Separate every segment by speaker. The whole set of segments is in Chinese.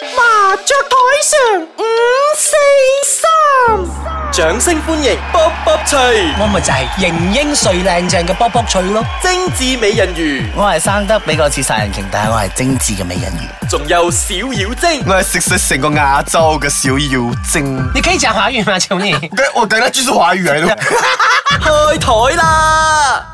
Speaker 1: 桌台上五四三，掌聲歡迎卜卜脆，
Speaker 2: 我咪就係型英帥靚正嘅卜卜脆咯，
Speaker 1: 精緻美人魚，
Speaker 3: 我係生得比較似殺人鯨，但係我係精緻嘅美人魚。
Speaker 1: 仲有小妖精。
Speaker 4: 我係食食成個亞洲嘅小妖精。
Speaker 2: 你可以講華語嗎？ 求你。
Speaker 4: 等我等下繼續華語嚟咯。
Speaker 1: 開台啦！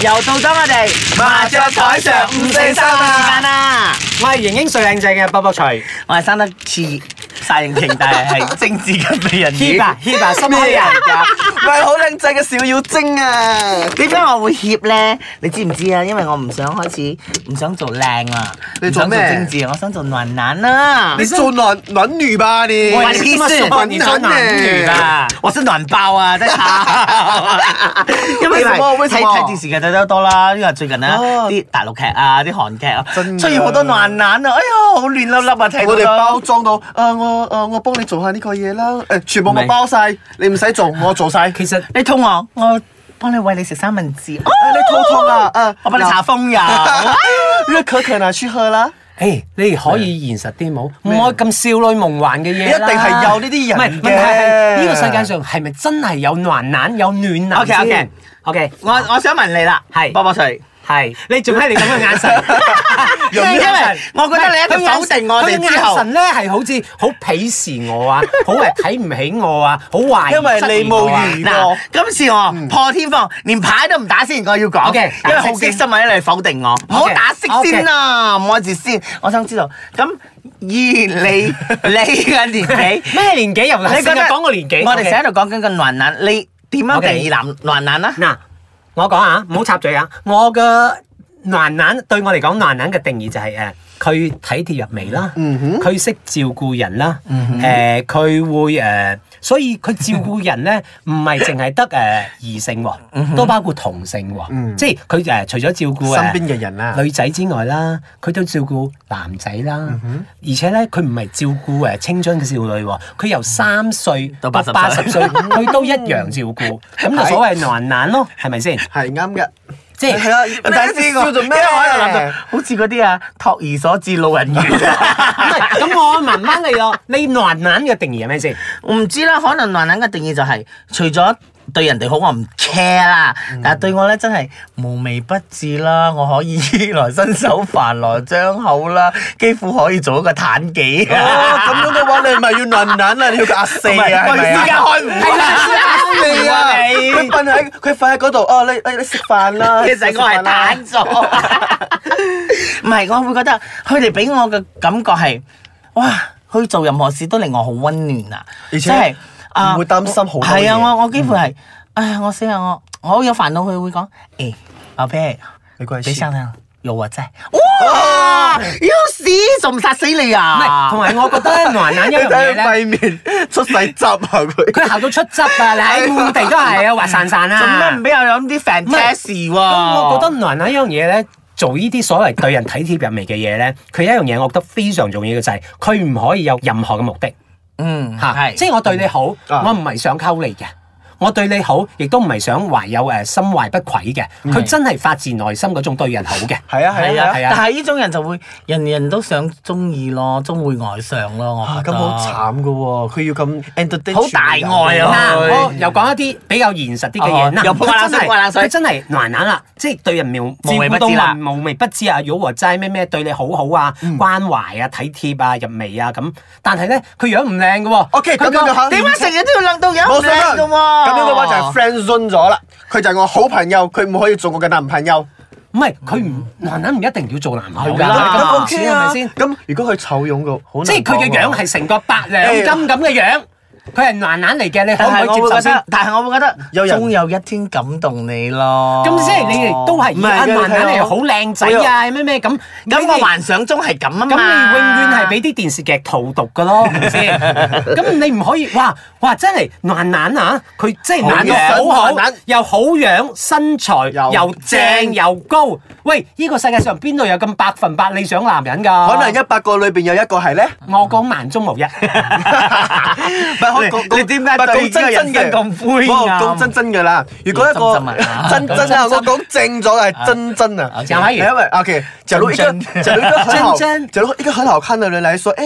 Speaker 5: 又到咗我哋麻雀台上五四三嘅時間
Speaker 3: 啊
Speaker 5: 啦！
Speaker 2: 我係型英帥靚正嘅卜卜脆。
Speaker 3: 我係生得似殺人鯨，但係係精緻嘅美人
Speaker 2: Hebe
Speaker 3: 魚。
Speaker 2: 啊 Hebe 啊心虛
Speaker 3: 咩
Speaker 2: 啊
Speaker 3: 嚟㗎？我係好靚仔嘅小妖精啊！點解我會怯咧？你知唔知啊？因為我唔想開始，唔想做靚啊，
Speaker 4: 你做
Speaker 3: 唔
Speaker 4: 咩
Speaker 3: 想做精緻啊，我想做暖男啊！
Speaker 4: 你做暖暖女吧你？
Speaker 3: 我係
Speaker 2: 你
Speaker 3: 意
Speaker 2: 這麼
Speaker 3: 思
Speaker 2: 說你做暖女啦，
Speaker 3: 我是暖包啊，真 係。因為
Speaker 4: 為 什麼為
Speaker 3: 睇
Speaker 4: 什麼
Speaker 3: 睇電視劇睇得多啦，因為最近啊
Speaker 4: 哦
Speaker 3: 啲大陸劇啊、啲韓劇啊，
Speaker 4: 真㗎
Speaker 3: 出現好多暖男啊，哎呀好亂粒粒啊，睇到
Speaker 4: 我哋
Speaker 3: 都
Speaker 4: 包裝到，啊我啊我幫你做下呢個嘢啦，誒全部
Speaker 2: 唔係
Speaker 4: 我包晒，你唔使做，我做晒。
Speaker 2: 其實
Speaker 3: 你肚餓，我幫你餵你食三文治。哦
Speaker 4: 啊你肚痛啊？啊
Speaker 3: 我幫你搽風油。
Speaker 4: 熱可可拿去喝啦。
Speaker 2: 誒，你哋可以現實啲冇，唔可以咁少女夢幻嘅嘢啦
Speaker 4: 一定係有呢啲人
Speaker 2: 唔係問題係
Speaker 4: 嘅
Speaker 2: 呢個世界上係咪真係有暖男有暖男
Speaker 3: OK，OK
Speaker 2: 先？OK，
Speaker 3: 我我想問你啦，
Speaker 2: 係
Speaker 3: 波波翠。
Speaker 2: 係你仲係你咁嘅眼神，
Speaker 3: 因為我覺得你一定否定我哋之後
Speaker 2: 佢嘅眼神咧係好似好鄙視我啊，好係睇唔起我啊，好懷疑
Speaker 4: 因為你冇遇
Speaker 2: 質疑我啊
Speaker 3: 嗱，今次我破天荒，連牌都唔打先，我要講
Speaker 2: OK，
Speaker 3: 因為
Speaker 2: 打
Speaker 3: 好
Speaker 2: 色
Speaker 3: 激
Speaker 2: 先
Speaker 3: 心啊！因為你否定我，唔好
Speaker 2: OK，
Speaker 3: 打色先啦，唔好字先。我想知道，咁 以你你嘅年紀，
Speaker 2: 咩年紀又唔係
Speaker 3: 你
Speaker 2: 成日講個年紀，
Speaker 3: 我哋
Speaker 2: OK
Speaker 3: 成日喺度講緊個暖男，你點樣
Speaker 2: OK
Speaker 3: 定義男暖男啊？
Speaker 2: 嗱，我講啊，唔好插嘴啊！我嘅暖男對我嚟講，暖男嘅定義就係、誒。佢體貼入微啦，
Speaker 4: 嗯
Speaker 2: 佢識、照顧人啦，誒佢、會誒、所以佢照顧人咧， 唔係淨係得誒異性喎，都包括同性喎，即係佢誒除咗照顧誒
Speaker 4: 嗯身邊嘅人啦
Speaker 2: 女仔之外啦，佢都照顧男仔啦，而且咧佢唔係照顧誒青春嘅少女喎，佢由三歲
Speaker 3: 到80
Speaker 2: 八十 歲，佢都一樣照顧，咁就所謂難難咯，係咪 先？
Speaker 4: 係啱嘅。
Speaker 2: 即係
Speaker 4: 係啊，但係笑做咩？
Speaker 3: 因為我喺度諗到，好似嗰啲啊托兒所至老人院。啊
Speaker 2: 唔係咁我慢慢嚟咯。你難難嘅定義係咩先？
Speaker 3: 我唔知啦，可能男人嘅定義就係、除咗對人哋好，我唔 care 啦，
Speaker 4: 嗯
Speaker 3: 但係對我咧真係無微不至啦，我可以來伸手飯來張口啦，幾乎可以做一個坦己啊
Speaker 4: 哦，咁樣嘅話，你咪要暖男啦，你要個阿四啊，係咪啊？
Speaker 3: 開唔開
Speaker 4: 你啊！佢瞓喺佢瞓喺嗰度，哦，你你你食飯 啦。
Speaker 3: 其實我係坦咗，唔係我會覺得佢哋俾我嘅感覺係，哇！佢做任何事都令我好温暖啊，
Speaker 4: 而且
Speaker 3: 即係啊
Speaker 4: 唔會擔心好多嘢嗯
Speaker 3: 係啊，我我幾乎係，唉，我死啊我，我好有煩惱，佢會講，誒，阿 P，
Speaker 4: 你過去
Speaker 3: 你
Speaker 4: 試
Speaker 3: 想啊，有我在，哇！要死，仲唔殺死你
Speaker 2: 唔
Speaker 3: 啊？
Speaker 2: 係，同埋我覺得難難一
Speaker 4: 你
Speaker 2: 樣嘢
Speaker 4: 睇佢
Speaker 2: 咧，
Speaker 4: 塊 面出晒汁啊！佢
Speaker 2: 佢行到出汁啊！你 喺滿地都係啊，滑潺潺
Speaker 3: 做咩唔
Speaker 2: 啊！
Speaker 3: 俾我飲啲 fantasy 喎？
Speaker 2: 咁
Speaker 4: 哦
Speaker 2: 我覺得難難一樣嘢咧。做呢啲所謂對人體貼入微嘅嘢咧，佢有一樣嘢我覺得非常重要嘅就係佢唔可以有任何嘅目的。
Speaker 3: 嗯
Speaker 2: 嚇，
Speaker 3: 係，
Speaker 2: 即係我對你好，
Speaker 4: 啊
Speaker 2: 我唔係想溝你嘅。我對你好，亦都唔係想懷有誒心懷不軌嘅，佢真係發自內心嗰種對人好嘅。
Speaker 4: 嗯係啊係
Speaker 3: 係
Speaker 4: 啊
Speaker 3: 啊，
Speaker 2: 係
Speaker 4: 係
Speaker 2: 啊
Speaker 3: 但係呢種人就會人人都想中意咯，終會愛上咯，我
Speaker 4: 啊！
Speaker 3: 覺
Speaker 4: 咁
Speaker 3: 得。
Speaker 4: 好慘噶喎，佢要咁 entertain
Speaker 3: 好大愛啊
Speaker 2: 嗱，
Speaker 4: 全部人
Speaker 2: 我又講一啲比較現實啲嘅
Speaker 3: 哦
Speaker 2: 嘢，嗱
Speaker 3: 又潑冷水潑冷水
Speaker 2: 佢真係難難啦，即係對人妙
Speaker 3: 無微不
Speaker 2: 照顧
Speaker 3: 至啦
Speaker 2: 到無微不至啊，如果話齋咩咩對你好好啊，關懷啊，體貼啊，入微啊咁，但係咧佢樣唔靚嘅喎。
Speaker 4: OK，咁
Speaker 2: 佢個
Speaker 4: 樣就肯
Speaker 3: 點解成日都要諗到有
Speaker 4: 冇
Speaker 3: 唔靚
Speaker 4: 想
Speaker 3: 嘅喎？
Speaker 4: 咁樣嘅話就係 friend zone 咗啦。佢就係我好朋友，佢唔可以做我嘅男朋友。
Speaker 2: 唔係佢唔難難唔一定要做男朋友㗎，
Speaker 4: Dạ,
Speaker 3: 係啦
Speaker 2: 你咁膚
Speaker 4: OK
Speaker 2: 淺係
Speaker 4: 啊
Speaker 2: 咪先？
Speaker 4: 咁如果佢醜樣嘅，好難
Speaker 2: 即係佢嘅樣
Speaker 4: 講喎
Speaker 2: 係成個百兩金咁嘅樣，佢係難難嚟嘅，你可
Speaker 3: 但係
Speaker 2: 唔可以
Speaker 3: 我
Speaker 2: 接
Speaker 3: 會
Speaker 2: 受
Speaker 3: 覺
Speaker 2: 先
Speaker 3: 得？，但係我會覺得
Speaker 4: 有人
Speaker 3: 終有一天感動你咯。
Speaker 2: 咁即係你哋都係
Speaker 4: 唔
Speaker 2: 而
Speaker 4: 係
Speaker 2: 家
Speaker 4: 嘅
Speaker 2: 難難
Speaker 4: 佢
Speaker 2: 嚟，
Speaker 4: 有
Speaker 2: 好靚仔啊，咩咩咁。
Speaker 3: 咁
Speaker 2: 你
Speaker 3: 我幻想中係咁啊嘛。
Speaker 2: 咁你永遠係俾啲電視劇荼毒 噶咯，係咪先？咁你唔可以，哇哇真係難難啊！佢真係難到
Speaker 4: 好嘢
Speaker 2: 好好
Speaker 4: 難難，
Speaker 2: 又好樣，身材
Speaker 4: 又
Speaker 2: 又正
Speaker 4: 正
Speaker 2: 又高。喂，呢個世界上邊度有咁百分百理想男人㗎？
Speaker 4: 可能一百個裏邊有一個係咧，
Speaker 2: 我講萬中無一。
Speaker 4: 唔係 你
Speaker 3: 你-
Speaker 4: -
Speaker 3: 你點解
Speaker 4: 唔係，
Speaker 3: 對呢個
Speaker 4: 講真
Speaker 3: 人
Speaker 4: 真
Speaker 3: 生
Speaker 4: 嘅。
Speaker 3: 咁灰
Speaker 2: 啊
Speaker 3: 暗？
Speaker 4: 唔係，我講真真嘅啦。如果一個
Speaker 3: 要
Speaker 4: -
Speaker 3: 真真啊。
Speaker 4: 真真啊，我講正咗係真真啊。
Speaker 3: OK。
Speaker 2: 讲华语。
Speaker 4: 因為，OK，假如一個-
Speaker 3: 真真。
Speaker 4: 假如一個很好-
Speaker 2: 真真。
Speaker 4: 假如一個很好看的人來說，哎，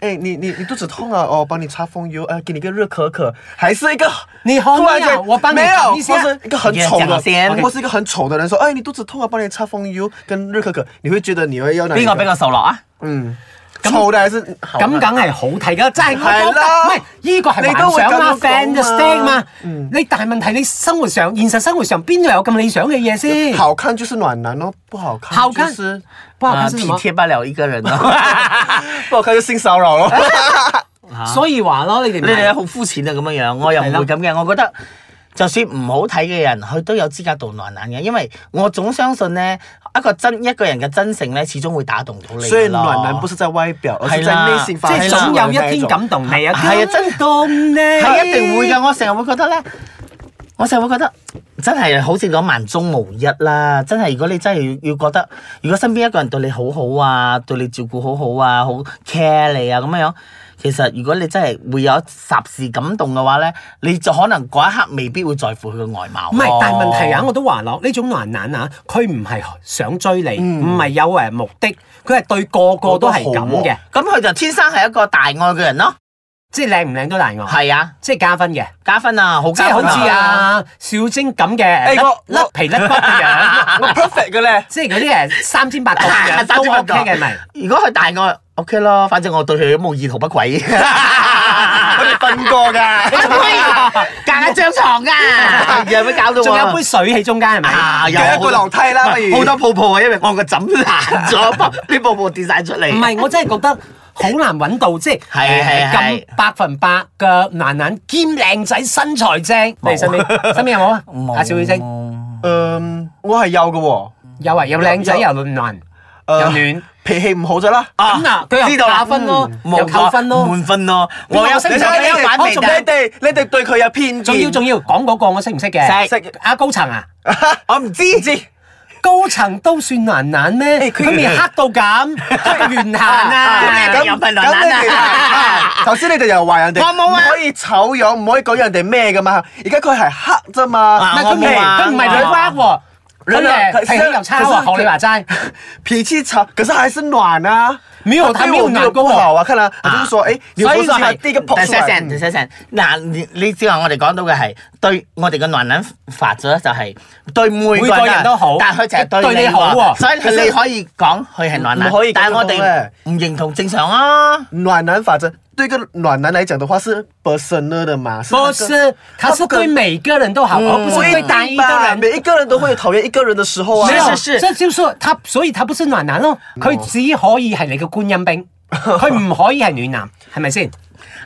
Speaker 4: 哎，你-你-你肚子痛啊，哦，我幫你擦風油，呃，給你個熱可可。還是一個
Speaker 2: 你好，
Speaker 4: 突然間-
Speaker 2: 你好，我幫你
Speaker 4: 沒有，
Speaker 2: 找一下。
Speaker 4: 或是一個很醜的-
Speaker 3: 你先。
Speaker 4: 或是一個很醜的人說，哎，你肚子痛啊，幫你擦風油跟熱可可。你會覺得你會要哪一個？
Speaker 3: 邊個比較受落啊？
Speaker 4: 嗯，臭嘅還是好嘅？
Speaker 2: 咁梗係好睇噶，真係我覺得，
Speaker 4: 係啦
Speaker 2: 唔係依個係
Speaker 4: 你
Speaker 2: 幻
Speaker 4: 都會
Speaker 2: 想啊嘛
Speaker 3: 啊
Speaker 4: 咁樣講嘛
Speaker 2: ，fantastic 嘛。
Speaker 4: 嗯
Speaker 2: 你但係問題，你生活上、現實生活上邊度有咁理想嘅嘢先？
Speaker 4: 好看就是暖男哦，不好看
Speaker 2: 好
Speaker 4: 就
Speaker 2: 看
Speaker 4: 是
Speaker 2: 不過
Speaker 3: 啊
Speaker 2: 佢
Speaker 3: 體
Speaker 2: 先乜？
Speaker 3: 貼不了一個人 啊！
Speaker 4: 不好看就性骚 扰咯。嗯
Speaker 2: 所以話咯，你哋
Speaker 3: 哎你
Speaker 2: 唔
Speaker 3: 哋
Speaker 2: 係
Speaker 3: 好膚淺啊咁樣樣，我又唔
Speaker 2: 係
Speaker 3: 會
Speaker 2: 啦
Speaker 3: 咁嘅。我覺得就算唔好睇嘅人，佢都有資格做暖男嘅，因為我總相信咧，一個真一個人嘅真誠咧，始終會打動到你㗎咯。
Speaker 4: 所以暖男不是在外表，而是在內心發
Speaker 2: 即係
Speaker 4: 出來
Speaker 2: 總
Speaker 4: 的
Speaker 2: 有一
Speaker 4: 那
Speaker 2: 天
Speaker 4: 種
Speaker 2: 感動你啊！
Speaker 3: 係啊真
Speaker 2: 感動你
Speaker 3: 係一定會㗎，我成日會覺得咧，我成日會覺得真係好似講萬中無一啦。真係如果你真係要要覺得，如果身邊一個人對你好好啊，對你照顧好好啊，好 care 你啊咁樣樣。其實如果你真係會有霎時感動嘅話咧，你就可能嗰一刻未必會在乎佢嘅外貌咯。哦
Speaker 2: 唔係，但係問題啊，我都話咯，呢種男人啊，佢唔係想追你，
Speaker 3: 嗯
Speaker 2: 唔係有誒目的，佢係對個個都係咁嘅，
Speaker 3: 咁佢就天生係一個大愛嘅人咯。
Speaker 2: 即係靚唔靚都大我，
Speaker 3: 係啊，
Speaker 2: 即係加分嘅。
Speaker 3: 加分啊，好
Speaker 2: 哦即
Speaker 3: 加
Speaker 2: 係好
Speaker 3: 分
Speaker 2: 似！啊小晶咁嘅，
Speaker 4: 誒
Speaker 2: 甩
Speaker 4: 我
Speaker 2: 甩
Speaker 4: 我
Speaker 2: 皮甩骨嘅 樣，
Speaker 4: 我 perfect 嘅咧。
Speaker 2: 即係嗰啲誒 三尖八角嘅
Speaker 3: 三尖
Speaker 2: 樣
Speaker 3: 八角
Speaker 2: 都 OK 嘅，係咪？
Speaker 3: 如果佢大愛，OK 咯，反正我對佢冇意圖 不軌。
Speaker 4: 我哋瞓過
Speaker 3: Dạ,
Speaker 4: 㗎，
Speaker 3: 隔一張床㗎，有咩搞到
Speaker 2: 仲有一
Speaker 3: 杯
Speaker 2: 杯水喺中間係咪？
Speaker 3: 啊，有
Speaker 4: 有一個樓梯啦，不如
Speaker 3: 好多泡泡啊，因為我個枕 爛咗，啲泡泡跌晒出嚟。
Speaker 2: 唔係，我真係覺得好難揾到，即係
Speaker 3: 係係
Speaker 2: 誒
Speaker 3: 係
Speaker 2: 咁百分百嘅男人兼靚仔，身材正。你 身邊身邊有冇啊？阿小晶
Speaker 4: 嗯，我係有嘅喎。
Speaker 2: 有啊，有靚仔又暖，
Speaker 4: 誒
Speaker 3: Dạ,
Speaker 2: 又暖。
Speaker 4: 脾氣唔好咗啦。
Speaker 3: 啊
Speaker 2: 咁嗱，佢
Speaker 3: 知
Speaker 2: 又
Speaker 3: 道啦
Speaker 2: 打分咯，
Speaker 3: 冇
Speaker 2: 又扣分咯。
Speaker 3: 滿分咯。
Speaker 2: 邊個
Speaker 3: 我有識
Speaker 2: 識唔
Speaker 4: 你
Speaker 2: 識
Speaker 3: 咗
Speaker 4: 睇下
Speaker 2: 你
Speaker 4: 你
Speaker 2: 有
Speaker 3: 你
Speaker 2: 玩
Speaker 3: 玩
Speaker 2: 微
Speaker 4: 哋，
Speaker 3: 未
Speaker 2: 仲
Speaker 4: 你
Speaker 2: 有
Speaker 3: 得？
Speaker 4: 哋，你哋對佢有偏見。
Speaker 2: 仲要仲要講嗰個我識唔識嘅？
Speaker 3: 識
Speaker 2: 啊高層啊！
Speaker 3: 我唔知知。
Speaker 2: 高層都算難難咩？佢未黑到咁，黑到懸 行
Speaker 3: 啊
Speaker 2: 啊！
Speaker 4: 咁
Speaker 3: 有份
Speaker 4: 咁你
Speaker 3: 量啦
Speaker 4: 哋啊頭先你哋又話人哋
Speaker 3: 我冇啊
Speaker 4: 唔可以醜樣，唔可以講人哋咩㗎嘛。而家佢係黑啫
Speaker 2: 唔
Speaker 4: 嘛，
Speaker 2: 係佢唔
Speaker 3: 我冇啊
Speaker 2: 佢唔係女娲喎，佢誒脾氣又差喎，學你話齋，
Speaker 4: 脾氣吵，可是还是暖啊。
Speaker 2: 沒有他沒有暖過
Speaker 4: 不好啊，看啦，他就是说，哎，你
Speaker 3: 所
Speaker 4: 不
Speaker 3: 以
Speaker 4: 是
Speaker 3: 我
Speaker 4: 他
Speaker 3: 係
Speaker 4: 第一個
Speaker 3: 第
Speaker 4: 碰出
Speaker 3: 四
Speaker 4: 來
Speaker 3: 聲，第
Speaker 4: 嗯
Speaker 3: 四聲。嗱，你你只話我哋講到嘅係對我哋嘅男人法則就係對每
Speaker 2: 每
Speaker 3: 個
Speaker 2: 個
Speaker 3: 人
Speaker 2: 人都好
Speaker 3: 但係佢就係
Speaker 2: 對
Speaker 3: 對
Speaker 2: 你好喎
Speaker 3: 所以你可以講佢係男人，
Speaker 4: 唔可以咁
Speaker 3: 但係我哋
Speaker 4: 講嘅
Speaker 3: 唔認同正常啊。
Speaker 4: 暖男法則，對一個暖男來講的話是 personal 的嘛，是那個
Speaker 2: 不是，他是對每個人都好，
Speaker 3: 嗯
Speaker 2: 而不是對單一的
Speaker 4: 吧
Speaker 2: 人。
Speaker 4: 每一個人都會有討厭一個人的時候啊
Speaker 2: 沒。有
Speaker 3: 是是是哦
Speaker 2: 這就是說他，所以他不是暖男咯，佢只可以係你嘅觀音兵，佢唔可以係暖男，係咪先？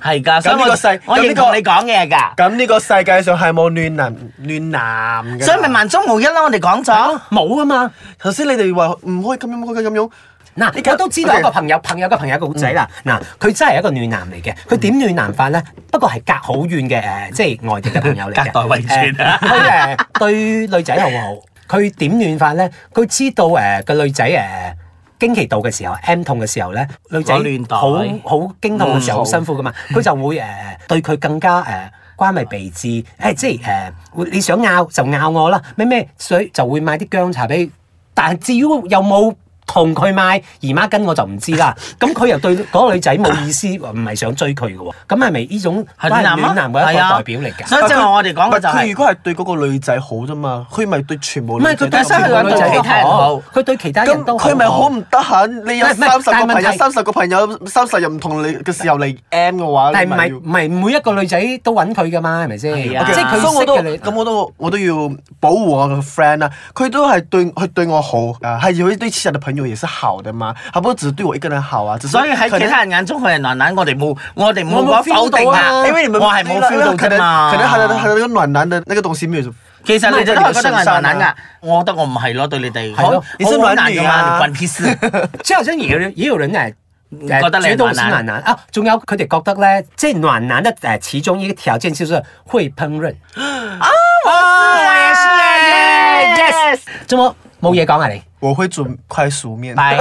Speaker 3: 係㗎，所以
Speaker 4: 咁呢個世
Speaker 3: 我我
Speaker 4: 咁
Speaker 3: 認
Speaker 4: 呢個
Speaker 3: 同你講嘅㗎。
Speaker 4: 咁呢個世界上係冇暖男暖男嘅。
Speaker 3: 所以咪萬中無一咯，我哋講咗。
Speaker 2: 冇啊嘛。
Speaker 4: 頭先你哋話唔可以咁樣，唔可以咁樣。
Speaker 2: 嗱，我都知道一個朋友，朋友嘅朋友嘅故仔啦。
Speaker 3: 嗯
Speaker 2: 嗱，佢真係一個暖男嚟嘅，佢點暖男法咧？不過係隔好遠嘅誒，即係外地嘅朋友嚟嘅。
Speaker 3: 隔代遺傳啊
Speaker 2: 誒佢誒對女仔好好，佢點暖法咧？佢知道誒個女仔誒經期到嘅時候，M 痛嘅時候咧，女仔
Speaker 3: 攞暖袋
Speaker 2: 好好經痛嘅時候
Speaker 4: 嗯
Speaker 2: 好辛苦噶嘛，佢就會誒對佢更加誒。關埋鼻子，誒、即係誒、會你想拗就拗我啦，咩咩水就會買啲薑茶俾你，但係至於有冇同佢買姨媽巾我就唔知啦。咁佢又對嗰個女仔冇意思，唔係想追佢嘅喎，咁係咪呢種都係暖男嘅一個代表嚟㗎？
Speaker 3: 所以即係我哋講嘅就
Speaker 4: 佢
Speaker 3: 係
Speaker 4: 如。果係對嗰個女仔好啫嘛，佢咪對全部
Speaker 2: 唔
Speaker 4: 女
Speaker 2: 係
Speaker 4: 仔
Speaker 2: 佢
Speaker 4: 都
Speaker 2: 對
Speaker 4: 有
Speaker 3: 本身
Speaker 2: 所
Speaker 3: 係
Speaker 2: 有
Speaker 3: 兩
Speaker 2: 女
Speaker 3: 個
Speaker 2: 仔
Speaker 3: 其
Speaker 2: 都
Speaker 3: 他人好
Speaker 2: 好，佢對其他
Speaker 4: 咁
Speaker 2: 人都好。
Speaker 4: 佢咪好唔得閒？你有
Speaker 2: 唔係唔係
Speaker 4: 三十個朋
Speaker 2: 但
Speaker 4: 友，
Speaker 2: 係問
Speaker 4: 三十個朋友，三十又唔同你嘅時候嚟 M 嘅話，
Speaker 2: 但
Speaker 4: 你
Speaker 2: 係唔
Speaker 4: 咪要
Speaker 2: 係唔係每一個女仔都揾佢㗎嘛？係咪先？即
Speaker 3: 係啊
Speaker 2: 係佢
Speaker 4: 所以我
Speaker 2: 識
Speaker 4: 都
Speaker 2: 嘅你。
Speaker 4: 咁我都我都要保護我嘅 friend 啦，佢都係對佢對我好啊，係會對其他的朋友也是好的嘛，他不是只對我一個人好啊，只是
Speaker 3: 所以喺
Speaker 4: 可
Speaker 3: 其
Speaker 4: 能
Speaker 3: 他人眼中佢係暖男，我哋冇我哋冇
Speaker 2: 我冇
Speaker 3: 講否定
Speaker 2: feel 到
Speaker 3: 啊，
Speaker 2: 啊
Speaker 4: 因為你們
Speaker 3: 我係冇 feel 到
Speaker 4: 可
Speaker 3: 啫
Speaker 4: 能
Speaker 3: 嘛。
Speaker 4: 可能他的他的那個暖男的那個東西沒有，
Speaker 3: 其實你哋都係覺得我係暖男
Speaker 4: 唔係
Speaker 3: 噶，我覺得我唔係咯，對你哋
Speaker 2: 係咯
Speaker 3: 好
Speaker 4: 你是
Speaker 3: 好
Speaker 4: 暖
Speaker 3: 難
Speaker 4: 女
Speaker 3: 噶
Speaker 4: 啊
Speaker 3: 嘛，你關屁事。
Speaker 2: 即係好像也有人也有人誒。誒
Speaker 3: 覺得你係
Speaker 2: 主動是
Speaker 3: 暖男
Speaker 2: 暖男啊！仲有佢哋覺得咧，即係暖男的誒其中一個條件就是會烹 飪。
Speaker 3: 哦
Speaker 2: 哦啊，我也是 yes，怎麼冇嘢講啊你？
Speaker 4: 我会煮快熟 面。
Speaker 3: 拜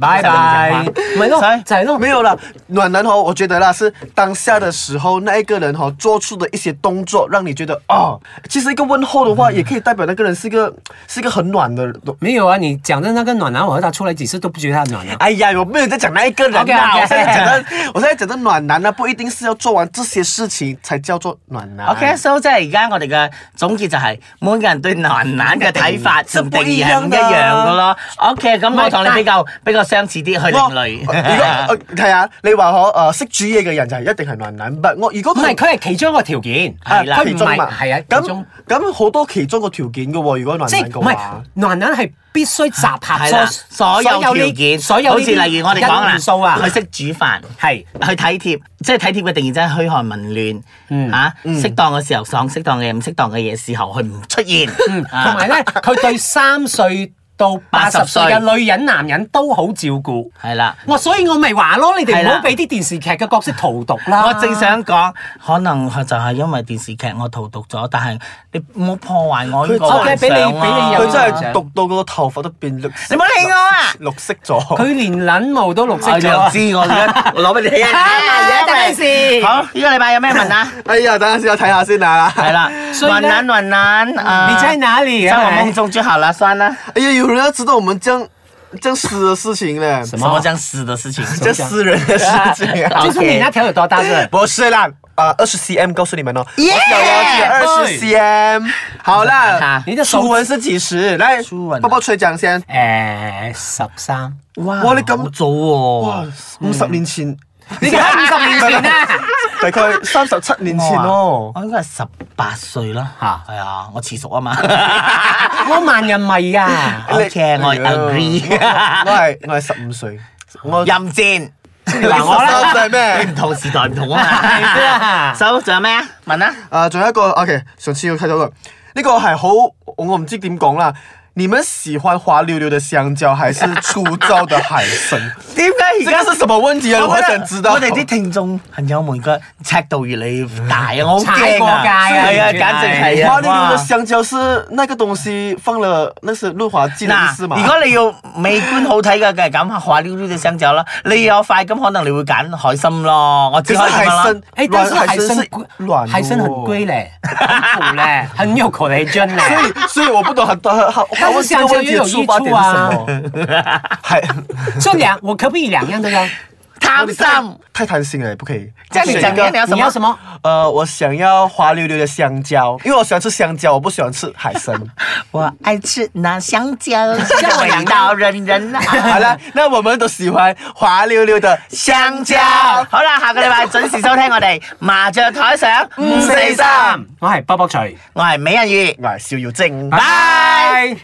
Speaker 2: 拜拜，咪咯
Speaker 3: 所以，
Speaker 2: 哎就係咯，
Speaker 4: 没有啦，暖男哦，我觉得啦是当下的时候那一个人哦做出的一些动作，让你觉得哦，其实一个问候的话，也可以代表那个人是一个是一个很暖的人。
Speaker 2: 没有啊！你讲的那个暖男，我和他出来几次都不觉得他暖
Speaker 3: 啊
Speaker 2: 男。
Speaker 4: 哎呀，我没有在讲那一个人啊
Speaker 2: OK，OK，OK
Speaker 4: 我现在讲的，我现在讲的暖男呢、不一定是要做完这些事情才叫做暖男。
Speaker 3: OK，so 即係而家我哋嘅總結就係每個人對男男嘅睇法同定義係唔一樣噶咯。OK，咁我同你比較比較相似啲去另
Speaker 4: 我
Speaker 3: 類。
Speaker 4: 如果係啊，你話我誒識煮嘢嘅人就係一定係暖男，唔我如果啊
Speaker 2: 唔係，佢係其中一個條件，
Speaker 3: 係啦
Speaker 2: 佢
Speaker 4: 其
Speaker 2: 唔
Speaker 4: 中
Speaker 2: 係
Speaker 4: 嘛，
Speaker 2: 係啊，其
Speaker 4: 咁
Speaker 2: 中
Speaker 4: 咁好多其中個條件嘅喎，如果暖
Speaker 2: 即
Speaker 4: 男
Speaker 2: 係
Speaker 4: 嘅
Speaker 2: 唔係
Speaker 4: 話。
Speaker 2: 暖男係必須集合
Speaker 3: 係啦，
Speaker 2: 所
Speaker 3: 所有條件，
Speaker 2: 所有呢
Speaker 3: 好似例如我哋講啦，
Speaker 2: 因素啊，
Speaker 3: 佢識煮飯。
Speaker 2: 係
Speaker 3: 去體貼，即係體貼嘅定義真係噓寒問暖，嚇適當嘅時候講適當嘅嘢，唔適當嘅嘢時候佢唔出現，
Speaker 2: 同 埋咧，佢對三歲到八十歲嘅女人、男人都好照顧。
Speaker 3: 係啦。
Speaker 2: 我所以我咪話咯，你哋
Speaker 3: 係
Speaker 2: 唔
Speaker 3: 啦
Speaker 2: 好俾啲電視劇嘅角色荼毒啦。
Speaker 3: 我正想講，可能佢就係因為電視劇我荼毒咗，但係你冇破壞我呢個
Speaker 4: 佢
Speaker 3: 幻
Speaker 2: 真係俾你
Speaker 3: 想啊
Speaker 2: 俾你有
Speaker 4: 佢真係毒到個頭髮都變綠色。
Speaker 3: 你冇理我啊
Speaker 4: 綠色咗。
Speaker 2: 佢連撚毛都綠色
Speaker 3: 我就
Speaker 2: 咗。
Speaker 3: 知我而家攞俾你睇
Speaker 2: 啊真係是
Speaker 3: 好，呢個禮拜有咩問啊？
Speaker 4: 哎呀，等陣先，我睇下先啊。
Speaker 3: 係啦，
Speaker 2: 所以
Speaker 3: 雲
Speaker 2: 呢
Speaker 3: 南雲南啊，
Speaker 2: 你在哪裡啊
Speaker 3: 在我 夢中就好了，算啦。
Speaker 4: 哎呀，有人要知道我們這樣這樣私的事情咧，
Speaker 3: 什麼叫死的事情？
Speaker 4: 這私人的事情 啊。
Speaker 2: 就是你那條有多大是？
Speaker 4: 不是啦，啊，二十 cm 告訴你們哦，
Speaker 3: 耶
Speaker 4: 二十 cm。好啦，
Speaker 2: 你的手
Speaker 4: 初吻是幾時？來，
Speaker 3: 初吻啊
Speaker 4: 波波吹講先。
Speaker 2: 誒十三，
Speaker 3: 哇
Speaker 4: 哇你咁
Speaker 3: 好早喎、
Speaker 4: 哇，五十年前，
Speaker 2: 嗯你睇五十年前啊！
Speaker 4: 大概三十七年前哦。
Speaker 3: 我應該係十八歲啦，
Speaker 2: 嚇
Speaker 3: 係啊，我遲熟啊 嘛。
Speaker 2: 我萬人迷 啊！
Speaker 3: O K，我
Speaker 4: 哎呀
Speaker 3: agree。
Speaker 4: 我係我係十五歲，我
Speaker 3: 任戰，
Speaker 4: 嗱我啦十三歲咩
Speaker 3: 你唔同時代唔同啊
Speaker 2: 係啊
Speaker 3: 嘛。手仲有咩啊？問啊。
Speaker 4: 啊，仲有一個，OK，上次我睇到個，呢個係好，我唔知點講啦。你們喜歡滑溜溜的香蕉，還是粗糙的海參？
Speaker 3: 點解
Speaker 4: 這個是什麼問題啊？我
Speaker 3: 覺得
Speaker 4: 想知道。
Speaker 3: 我哋啲聽眾朋友們個尺度越嚟越大啊！我好
Speaker 2: 踩
Speaker 3: 驚
Speaker 2: 過
Speaker 3: 啊！
Speaker 2: 界啊
Speaker 3: 係啊，
Speaker 2: 完全
Speaker 3: 簡直係
Speaker 4: 滑
Speaker 3: 啊！
Speaker 4: 溜溜的
Speaker 3: 哇
Speaker 4: 香蕉是哎那個東西放了，那是潤滑劑的意
Speaker 3: 嗱，
Speaker 4: 思
Speaker 3: 如
Speaker 4: 嘛？
Speaker 3: 果你要美觀好睇嘅，梗係揀滑溜溜嘅香蕉啦。你有快感，可能你會揀海參咯。我只
Speaker 4: 可
Speaker 3: 可以
Speaker 4: 是
Speaker 3: 咁
Speaker 4: 海
Speaker 3: 樣啦。
Speaker 4: 參，
Speaker 2: 哎，但
Speaker 4: 卵
Speaker 2: 是
Speaker 4: 海
Speaker 2: 海
Speaker 4: 參
Speaker 2: 參
Speaker 4: 是軟，
Speaker 2: 海參很貴。嘞，很苦嘞，很有 collagen 嘞。
Speaker 4: 所以，所以我不懂很多，他他
Speaker 2: 但是
Speaker 4: 问这个
Speaker 2: 香蕉
Speaker 4: 问
Speaker 2: 也有益
Speaker 4: 题的出发
Speaker 2: 處
Speaker 4: 点是什
Speaker 2: 啊
Speaker 4: 么？还
Speaker 2: 这两我可不可以两样都要？
Speaker 3: 貪心，
Speaker 4: 太贪心了，也不可以。
Speaker 3: 即係你
Speaker 4: 选
Speaker 3: 陣
Speaker 4: 一個
Speaker 3: 間你有什
Speaker 2: 你要
Speaker 3: 麼
Speaker 2: 什？么？
Speaker 4: 呃，我想要滑溜溜的香蕉，因为我喜欢吃香蕉，我不喜欢吃海参。
Speaker 3: 我愛吃那香蕉，
Speaker 2: 香
Speaker 3: 香
Speaker 2: 蕉
Speaker 3: 味道人人啊
Speaker 4: 好
Speaker 3: 愛。
Speaker 4: 了，那我们都喜欢滑溜溜的香蕉。
Speaker 3: 好啦，下個禮拜準時收聽我哋麻雀台上五
Speaker 4: 四三，
Speaker 2: 我系卜卜锤，
Speaker 3: 我係美人魚，
Speaker 4: 我係邵耀正。
Speaker 3: 拜。